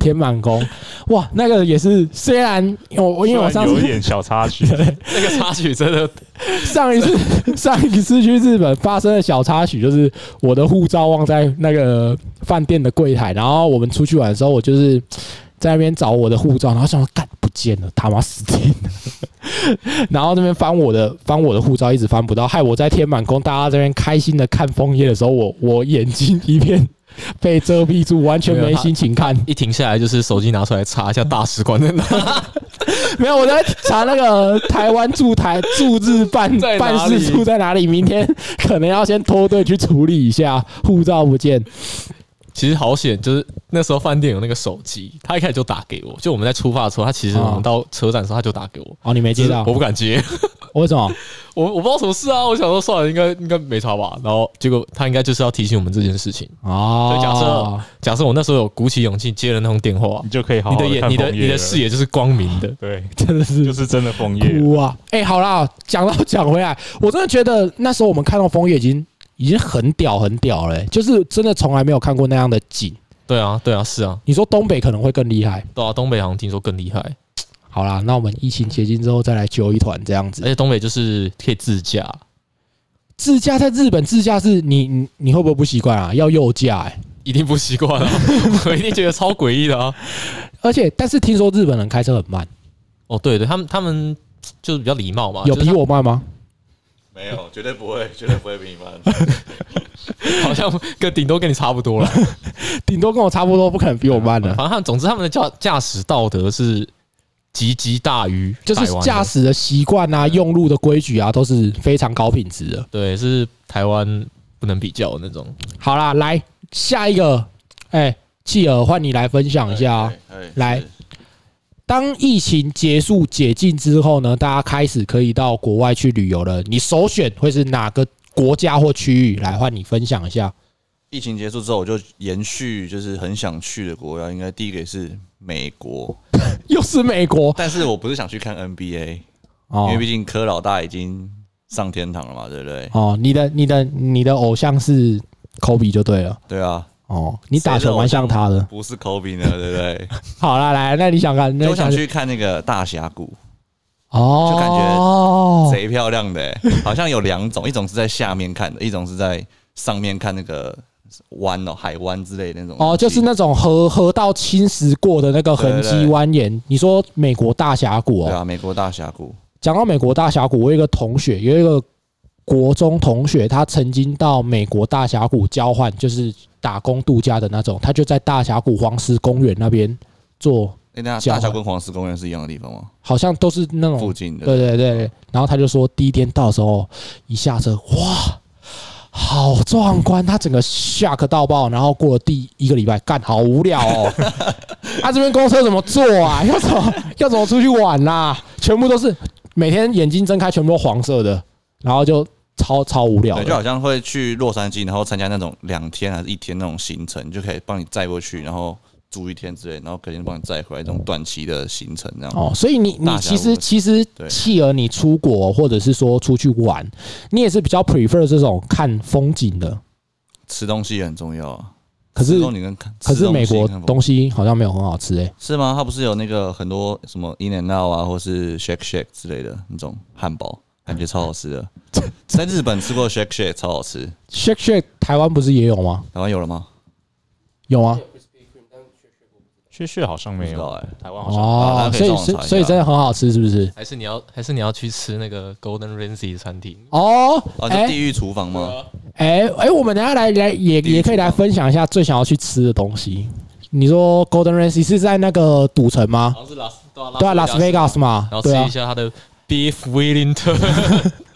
S1: 天满宫，哇，那个也是，虽然我我因为我
S3: 虽然
S1: 上
S3: 有一
S1: 次
S3: 点小
S1: [LAUGHS]
S3: 插曲，
S2: 那个插曲真的
S1: 上一次 [LAUGHS] 上一次去日本发生的小插曲，就是我的护照忘在那个饭店的柜台，然后我们出去玩的时候，我就是在那边找我的护照，然后想说干不见了，他妈死定了， [LAUGHS] 然后那边翻我的翻我的护照，一直翻不到，害我在天满宫大家这边开心的看枫叶的时候，我我眼睛一片被遮蔽住，完全没心情看。
S2: 一停下来就是手机拿出来查一下大使馆在哪。
S1: [LAUGHS] 没有，我在查那个台湾驻台驻日办
S2: 在哪
S1: 办
S2: 里
S1: 事处在哪里，明天可能要先脱队去处理一下，护照不见。
S2: [LAUGHS] 其实好险，就是那时候饭店有那个手机，他一开始就打给我，就我们在出发的时候，他其实
S1: 哦
S2: 我们到车站的时候他就打给我，
S1: 哦，你没接到
S2: 我？不敢接， [LAUGHS]
S1: 为什么？
S2: 我我不知道什么事啊，我想说算了，应该应该没差吧。然后结果他应该就是要提醒我们这件事情。
S1: 哦，
S2: 所以假设假设我那时候有鼓起勇气接了那通电话
S3: 你，就可以好
S2: 你
S3: 好
S2: 的
S3: 地
S2: 眼
S3: 看
S2: 你的
S3: 枫叶
S2: 你的
S3: 了
S2: 视野就是光明 [LAUGHS] 的。
S3: 对，
S1: 真的是
S3: 就是真的枫叶了。
S1: 哭啊！哎、好啦，讲到讲回来，我真的觉得那时候我们看到枫叶已经已经很屌很屌了、欸就是真的从来没有看过那样的景。
S2: 对啊，对啊，是啊，
S1: 你说东北可能会更厉害。
S2: 对啊，东北好像听说更厉害，
S1: 好啦，那我们疫情解禁之后再来揪一团这样
S2: 而
S1: 子。
S2: 且东北就是可以自驾，
S1: 自驾在日本自驾是你你你会不会不习惯啊？要右驾哎、
S2: 一定不习惯啊， [LAUGHS] 我一定觉得超诡异的啊。
S1: 而且，但是听说日本人开车很慢，
S2: 哦，对对，他们他们就是比较礼貌嘛，
S1: 有
S2: 就是
S1: 比我慢吗？
S4: 没有，绝对不会，绝对不会比你
S1: [LAUGHS]
S4: 慢。
S2: 好像跟顶多跟你差不
S1: [LAUGHS]
S2: 多了。
S1: 顶多跟我差不多，不可能比我慢啊的
S2: 反。正他们，总之他们的驾驾驶道德是极极大于
S1: [LAUGHS] 就是
S2: 台湾的
S1: 驾驶的习惯啊、用路的规矩啊，都是非常高品质的。
S2: 对，是台湾不能比较的那种。
S1: 好啦，来下一个，哎，企鹅换你来分享一下啊。
S4: 哎，
S1: 来
S4: 是
S1: 当疫情结束解禁之后呢，大家开始可以到国外去旅游了。你首选会是哪个国家或区域？来换你分享一下。
S4: 疫情结束之后，我就延续就是很想去的国家，应该第一个也是美国，
S1: 又是美国
S4: 但是我不是想去看 NBA，因
S1: 哦
S4: 为毕竟柯老大已经上天堂了嘛，对不对？
S1: 哦，你的你的你的偶像是科比就对了
S4: 对啊，
S1: 哦，你打球蛮像他的。
S4: 不是 Kobe 呢，对不
S1: [LAUGHS]
S4: 对？
S1: 好啦，来，那你想看？那
S4: 就
S1: 你
S4: 想去看那个大峡谷，
S1: 哦，
S4: 就感觉
S1: 哦，
S4: 贼漂亮的、
S1: [LAUGHS]
S4: 欸，好像有两种，一种是在下面看的，一种是在上面看那个湾哦，海湾之类的那种。
S1: 哦，就是那种河河道侵蚀过的那个痕迹
S4: 对对对
S1: 蜿蜒。你说美国大峡谷
S4: 对
S1: 哦，
S4: 啊，美国大峡谷，
S1: 讲到美国大峡谷，我有一个同学，有一个国中同学，他曾经到美国大峡谷交换，就是打工度假的那种。他就在大峡谷黄石公园那边做，
S4: 那、那
S1: 交换
S4: 大峡谷跟黄石公园是一样的地方吗？
S1: 好像都是那种
S4: 附近的。
S1: 哦对对对，
S4: 啊
S1: 对然后他就说，第一天到的时候，一下车，哇，好壮观！他整个吓个到爆，然后过了第一个礼拜，干好无聊
S4: [LAUGHS]
S1: 哦。他、这边公车怎么坐啊？ [LAUGHS] 要怎么要怎么出去玩啦、全部都是每天眼睛睁开，全部都黄色的，然后就超超无聊
S4: 对，就好
S1: 的。
S4: 像会去洛杉矶，然后参加那种两天还是一天那种行程，你就可以帮你载过去，然后住一天之类，然后肯定帮你载回来这种短期的行程这样。
S1: 哦，所以你你
S4: 大峡
S1: 其
S4: 谷
S1: 实其实
S4: 对
S1: 弃儿你出国或者是说出去玩，你也是比较 prefer 这种看风景的。
S4: 吃东西也很重要啊。
S1: 可是
S4: 吃东西你跟看，
S1: 可
S4: 吃
S1: 是
S4: 东西
S1: 美国
S4: 啊看不
S1: 东西好像没有很好吃欸诶、
S4: 是吗？它不是有那个很多什么 In and Out 啊，或是 Shake Shake 之类的那种汉堡，感觉超好吃的。在日本吃过 Shake Shake 超好吃，
S1: Shake Shake 台湾不是也有吗？
S4: 台湾有了吗？
S1: 有啊，
S3: 确实好像
S4: 不
S3: 没
S4: 知道
S3: 有，
S4: 哎、
S2: 欸
S3: 台湾好像
S1: 哦
S4: 大，家可
S1: 所
S4: 以
S1: 以
S4: 上网查一
S1: 所
S4: 下
S1: 以所以真的很好吃，是不是？
S2: 还是你要还是你要去吃那个 Golden Ramsy 的餐厅？
S1: 哦，
S4: 啊，就地
S1: 哎
S4: 狱厨房吗？
S1: 哎哎，我们等一下来来也
S4: 地狱
S1: 也可以来
S4: 厨房
S1: 分享一下最想要去吃的东西。你说 Golden Ramsy 是在那个赌城吗？
S2: 好像是拉斯对啊，
S1: 对啊，Las Vegas 嘛
S2: 然后，吃
S1: 对啊
S2: 一，下它的 Beef Wellington， [LAUGHS]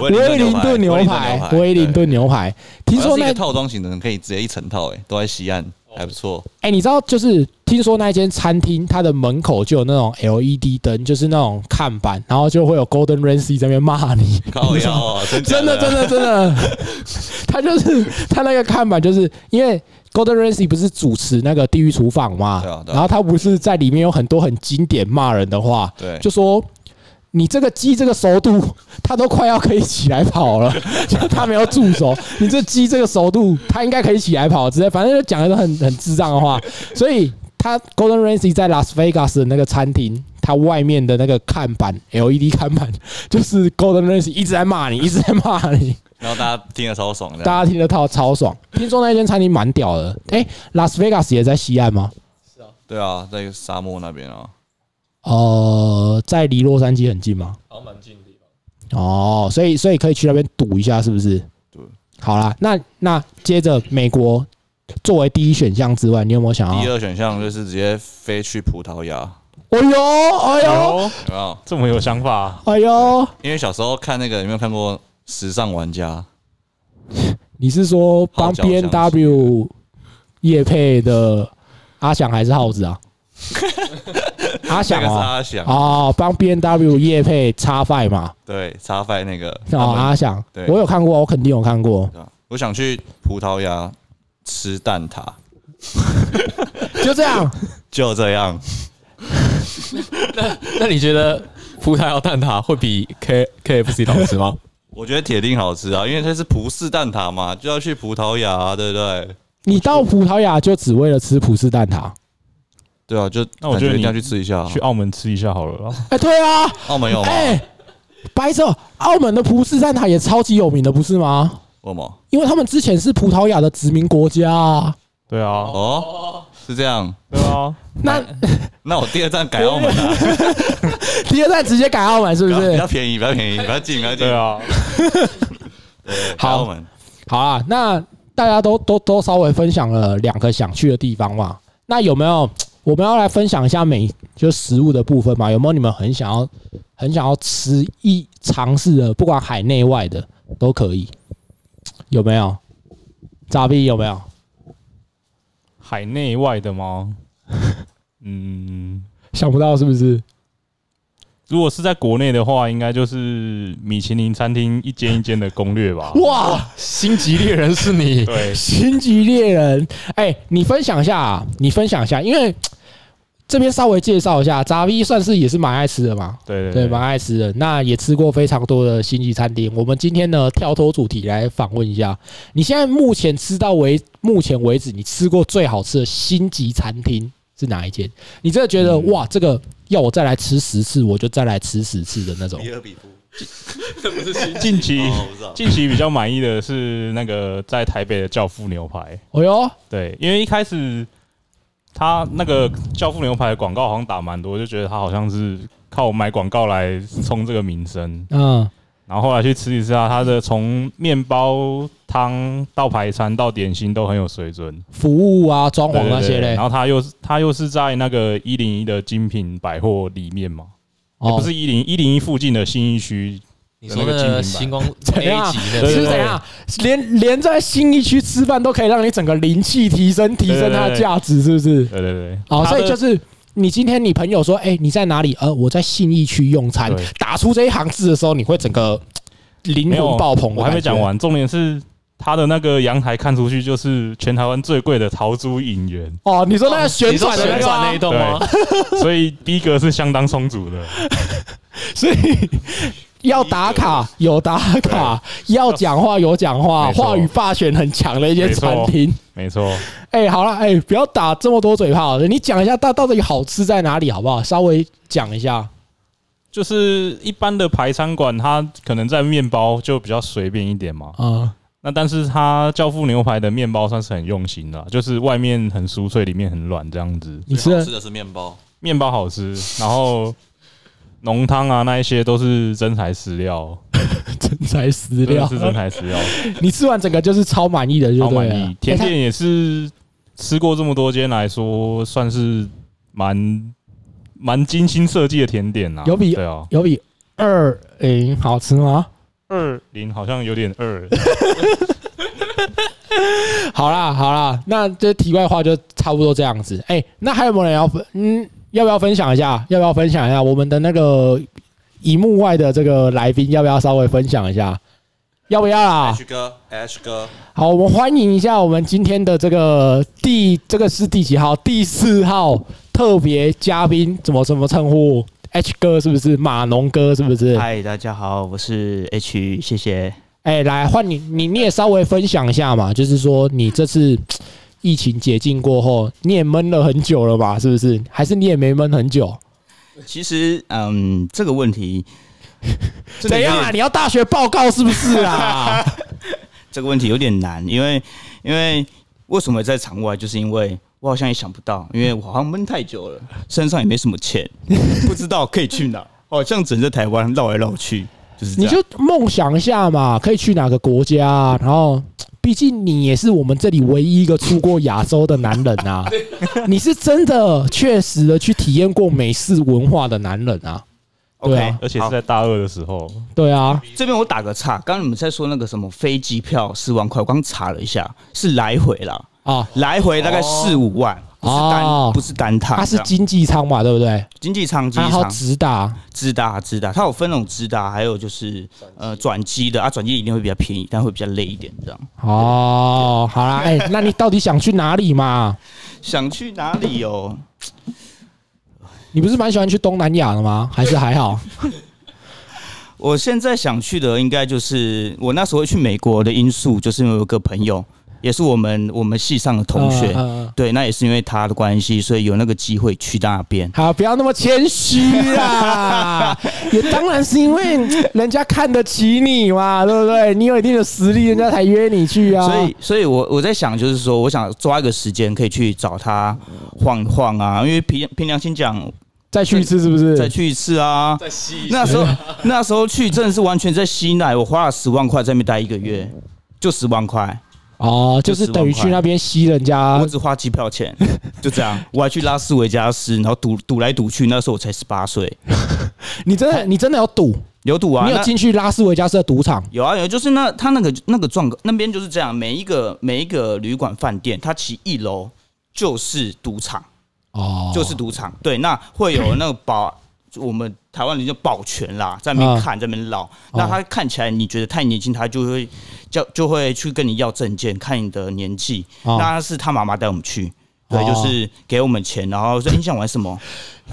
S1: 威灵顿牛排，威灵顿牛排，听
S4: 听说
S1: 说那
S4: 那套装型的可以直接一整套、欸，哎，都在西岸，还不错。
S1: 哎、你知道，就是听说那一间餐厅，它的门口就有那种 LED 灯，就是那种看板，然后就会有 Golden Ramsy 在那边骂你，
S4: 靠腰啊，真假
S1: [LAUGHS] 真的，真
S4: 的，
S1: 的，真的， [LAUGHS] 他就是他那个看板，就是因为 Golden Ramsy 不是主持那个《地狱厨房》嘛
S4: 对啊，对啊
S1: 然后他不是在里面有很多很经典骂人的话，
S4: 对
S1: 就说你这个鸡这个熟度，它都快要可以起来跑了， [LAUGHS] 就它没有助手，你这鸡这个熟度，它应该可以起来跑之类，反正就讲的都很很智障的话，所以他 Golden Ramsy 在 Las Vegas 的那个餐厅，它外面的那个看板 LED 看板，就是 Golden Ramsy 一直在骂你，一直在骂你，
S4: 然后大家听得超爽的。
S1: 大家听得到超爽。听说那间餐厅蛮屌的，诶 l a s Vegas 也在西岸吗？
S4: 对啊，在沙漠那边啊，
S1: 呃，在离洛杉矶很近吗？
S2: 好像蛮近的地方。
S1: 哦，所以所以可以去那边赌一下，是不是？
S4: 对，
S1: 好啦，那那接着美国作为第一选项之外，你有没有想
S4: 第
S1: 要？
S4: 二选项就是直接飞去葡萄牙，
S1: 哎呦，哎呦，
S3: 有
S4: 有没有？
S3: 这么有
S2: [LAUGHS]
S3: 想法，
S1: 哎呦，
S4: 因为小时候看那个，有没有看过《时尚玩家》？
S1: 你是说帮
S4: 号角响
S1: B N W 叶配的阿翔还是耗子
S4: [LAUGHS]
S1: 啊？阿
S4: 那
S1: 翔
S4: 个是
S1: 哦，
S4: 阿翔，
S1: 哦，帮 B N W 叶配叉 five 嘛，
S4: 对，插费那个。
S1: 哦，
S4: 他们
S1: 阿翔
S4: 对，
S1: 我有看过，我肯定有看过，
S4: 对啊我想去葡萄牙吃蛋挞，
S1: 就这样，
S4: 就这样。
S2: 那你觉得葡萄牙蛋挞会比 K KFC 好吃吗？
S4: 我觉得铁定好吃啊，因为它是葡式蛋挞嘛，就要去葡萄牙、啊，对不对？
S1: 你到葡萄牙就只为了吃葡式蛋挞？
S4: 对啊，就
S3: 那我觉得
S4: 感
S3: 你
S4: 一定要去吃一下啊。
S3: [LAUGHS] 去澳门吃一下好了啦。
S1: 哎，对啊，
S4: 澳门有吗？
S1: 哎、白色，澳门的葡式蛋挞也超级有名的，不是吗？
S4: 有吗？
S1: 因为他们之前是葡萄牙的殖民国家啊。
S3: 对啊，
S4: 哦，是这样。
S3: 对啊，
S1: 那
S4: 那我第二站改澳门啊，
S1: [LAUGHS] 第二站直接改澳门 [LAUGHS] 是
S4: 不
S1: 啊不
S4: 要不
S1: 是
S4: 要？便宜，不要 [LAUGHS] 便宜，不要进，不要进
S3: 对。啊，
S4: 对
S1: 好
S4: 改澳门
S1: 好啊，那大家都都都稍微分享了两个想去的地方嘛。那有没有我们要来分享一下美就食物的部分嘛？有没有你们很想要很想要吃一尝试的，不管海内外的都可以？有没有？咋比有没有？
S3: 海内外的吗？嗯，
S1: 想不到是不是？
S3: 如果是在国内的话，应该就是米其林餐厅一间一间的攻略吧。
S1: 哇，
S2: 星级猎人是
S3: [LAUGHS]
S2: 你，
S3: 对，
S1: 星级猎人，哎、你分享一下、啊，你分享一下，因为这边稍微介绍一下，扎 V 算是也是蛮爱吃的嘛，
S3: 对
S1: 对，
S3: 对
S1: 蛮爱吃的。那也吃过非常多的星级餐厅。我们今天呢，跳脱主题来访问一下，你现在目前吃到为目前为止，你吃过最好吃的星级餐厅是哪一间？你真的觉得、
S3: 嗯
S1: 哇，这个要我再来吃十次，我就再来吃十次的那种？
S4: 尔比夫，
S3: 近期
S4: 哦我知道
S3: 近期比较满意的是那个在台北的教父牛排，
S1: 哎呦，
S3: 对，因为一开始他那个教父牛排的广告好像打蛮多，我就觉得他好像是靠买广告来冲这个名声。
S1: 嗯，
S3: 然后后来去吃一次啊，他的从面包汤到排餐到点心都很有水准，
S1: 服务啊，装潢
S3: 对
S1: 那些
S3: 对对
S1: 嘞
S3: 然，后他又是他又是在那个一零一的精品百货里面嘛，也不
S1: 哦，
S3: 是一零一零一附近的新一区，
S2: 你说那个星光
S1: 怎
S2: A
S1: 样
S2: 级那
S3: 对
S2: 个
S3: 对
S1: 是
S3: 对
S1: 怎样？连连在新一区吃饭都可以让你整个灵气提升，提升它的价值，是不是？
S3: 对对对，
S1: 哦，
S3: 他
S1: 所以
S3: 的
S1: 就是你今天你朋友说，哎、你在哪里？呃，我在信义区用餐
S3: 对。
S1: 打出这一行字的时候，你会整个灵
S3: 没有
S1: 魂爆棚。，
S3: 我还没讲，完，重点是他的那个阳台看出去就是全台湾最贵的桃珠影园
S1: 哦，你说那个旋
S2: 你说
S1: 转的那
S2: 旋
S1: 个
S2: 转
S1: 啊、
S2: 那一栋吗？
S3: [LAUGHS] 所以逼格是相当充足的。
S1: 所以要打卡有打卡，要讲话有讲话，
S3: 没错
S1: 话语霸权很强的一些
S3: 没错
S1: 餐厅。
S3: 没错，
S1: 哎、好了，哎、不要打这么多嘴炮了，你讲一下到到底好吃在哪里好不好？稍微讲一下。
S3: 就是一般的排餐馆，它可能在面包就比较随便一点嘛。
S1: 啊、
S3: 那但是它教父牛排的面包算是很用心的啊，就是外面很酥脆，里面很软这样子。
S1: 你吃
S4: 最好
S1: 了
S4: 吃的是面包，
S3: 面包好吃，然后浓汤啊那一些都是真材
S1: [LAUGHS]
S3: 实料，
S1: 真材实
S3: 真的
S1: 料，
S3: 是真材实料。
S1: 你吃完整个就是超满意的，就
S3: 超
S1: 对
S3: 满
S1: 了。
S3: 意。甜
S1: 哎它
S3: 点也是吃过这么多间来说，算是蛮蛮精心设计的甜点啦。
S1: 有比
S3: 对啊，
S1: 有比二零好吃吗？
S5: 嗯
S3: 二零好像有点
S5: [LAUGHS]
S3: 二，
S1: 好啦，好啦，那这题外话就差不多这样子。哎、那还有没有人要分？嗯，要不要分享一下？要不要分享一下我们的那个荧幕外的这个来宾？要不要稍微分享一下？要不要啦？
S4: H 哥，H 哥，
S1: 好，我们欢迎一下我们今天的这个第这个是第几号？第四号特别嘉宾，怎么怎么称呼？H 哥是不是？马农哥是不是？
S5: 嗨，大家好，我是 H，谢谢。
S1: 哎、来换你，你你也稍微分享一下嘛，就是说你这次疫情解禁过后，你也闷了很久了吧？是不是？还是你也没闷很久？
S5: 其实，嗯，这个
S1: [LAUGHS]
S5: 问题，这个
S1: 怎
S5: 有
S1: 样啊？
S5: 点
S1: 你要大学报告是不是啊？
S5: 这个问题有点难，因为因为为什么在场外，就是因为我好像也想不到，因为我好像闷太久了，身上也没什么
S1: [LAUGHS]
S5: 钱，不知道可以去哪，哦好像整个台湾绕来绕去，就是这
S1: 你
S5: 样。
S1: 就梦想一下嘛，可以去哪个国家、啊？然后，毕竟你也是我们这里唯一一个出过亚洲的男人啊，你是真的确实的去体验过美式文化的男人啊。对
S5: OK，
S1: 啊
S3: 而且是
S5: 好
S3: 在大二的时候。
S1: 对啊，
S5: 这边我打个岔，刚刚你们在说那个什么飞机票四万块，我刚查了一下，是来回啦，
S1: 啊，
S5: 来回大概四五万，不是单、
S1: 哦
S5: 不是单趟，
S1: 他是啊
S5: 这样
S1: 经济舱嘛，对不对？
S5: 经济舱，经
S1: 然
S5: 济
S1: 后
S5: 舱。
S1: 直达，
S5: 直达直达，它有分那种直达，还有就是呃转机的啊，转机一定会比较便宜，但会比较累一点这样。
S1: 哦，好
S5: [LAUGHS]
S1: 啦，哎、那你到底想去哪里嘛？
S5: 想去哪里哦？
S1: 你不是蛮喜欢去东南亚的吗？还是还好？
S5: 我现在想去的应该就是我那时候会去美国的因素，就是因为我有个朋友，也是我们我们系上的 [LAUGHS] 同学，
S1: 嗯嗯嗯
S5: 对，那也是因为他的关系，所以有那个机会去那边。
S1: 好，不要那么谦虚
S5: [LAUGHS]
S1: 啦。也当然是因为人家看得起你嘛，对不对？你有一定的实力，人家才约你去啊。
S5: 所以，所以我我在想，就是说，我想抓一个时间可以去找他晃一晃啊，因为凭凭良心讲，
S1: 再去一次是不
S5: 再
S1: 是？
S5: 去一次啊，
S2: 在西
S5: 那时候
S1: 啊
S5: 那时候去真的是完全在吸奶，我花了十万块在那边待一个月，就十万块，
S1: 哦，就是等于去那边吸人家
S5: 我只花机
S1: [LAUGHS]
S5: 票钱，就这样。我还去拉斯维加斯，然后赌赌来赌去，那时候我才十八岁，
S1: 你真的，你真的有赌？
S5: 有赌啊，
S1: 你有
S5: 哎那
S1: 进去拉斯维加斯的赌场？
S5: 有啊有，就是那他那个那个状那边就是这样，每一个每一个旅馆饭店，它其一楼就是赌场，
S1: 哦，
S5: 就是赌场，对，那会有那个保。我们台湾人叫保全啦，在
S1: 嗯
S5: 那边看，在那边绕。那他看起来你觉得太年轻，他就会叫就会去跟你要证件，看你的年纪。
S1: 哦
S5: 那是他妈妈带我们去，对，
S1: 哦
S5: 就是给我们钱，然后说欸你想玩
S1: [LAUGHS]
S5: 什么？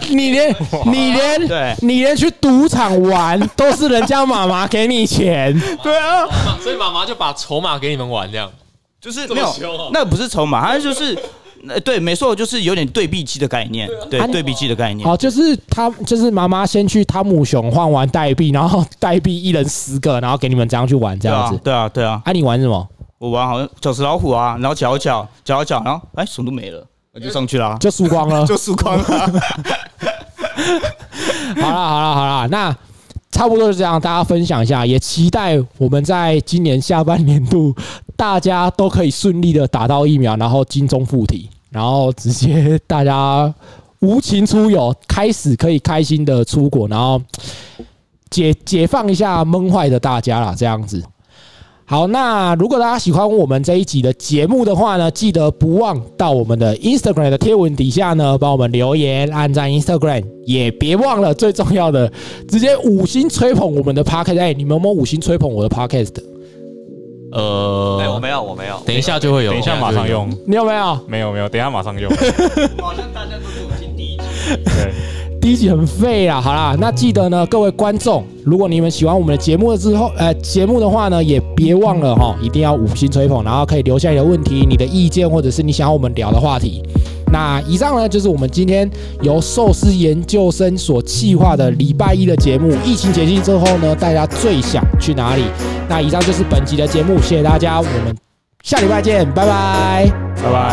S1: 你连你连
S5: 对
S1: 你连去赌场玩都是人家妈妈给你
S5: [LAUGHS]
S1: 钱，
S5: 对啊，
S2: [LAUGHS] 所以妈妈就把筹码给你们玩这样。
S5: 就是
S2: 这么
S5: 没有
S2: 凶啊，
S5: 那不是筹码，它就是。呃，对，没错，就是有点对币机的概念，对
S1: 啊，你
S5: 对币机的概念。
S1: 哦，就是他就是妈妈先去汤姆熊换完代币，然后代币一人十个，然后给你们这样去玩这
S5: 对
S1: 样
S5: 啊
S1: 子。，
S5: 对啊，对啊，
S1: 啊，你玩什么？
S5: 我玩好像绞死老虎啊，然后搅一搅，搅一搅，然后哎什么都没了，我就上去了啊，
S1: 就输光了。
S5: 就输光了。
S1: 好啦，好啦，好啦，那差不多就这样，大家分享一下，也期待我们在今年下半年度大家都可以顺利的打到疫苗，然后精忠附体，然后直接大家无情出游，开始可以开心的出国，然后解解放一下闷坏的大家啦，这样子。好，那如果大家喜欢我们这一集的节目的话呢，记得不忘到我们的 Instagram 的贴文底下呢，帮我们留言、按赞 Instagram，也别忘了最重要的，直接五星吹捧我们的 Podcast。哎、你们有没有五星吹捧我的 Podcast？
S4: 对，哎我
S2: 呃，
S4: 没有，我没有。
S2: 等一下就会有，
S3: 等一下马上用，
S1: 你有没有？
S3: 没有没有，等一下马上用。
S5: 好像大家都 [LAUGHS] 是我听第一集。
S3: 对，
S1: 第一集很废啦，好啦，那记得呢，各位观众，如果你们喜欢我们的节目之后，呃，节目的话呢，也别忘了哈，一定要五星吹捧，然后可以留下你的问题、你的意见，或者是你想要我们聊的话题。那以上呢，就是我们今天由寿司研究生所企划的礼拜一的节目。疫情解禁之后呢，大家最想去哪里？那以上就是本集的节目，谢谢大家，我们下礼拜见，拜拜。
S3: 拜拜。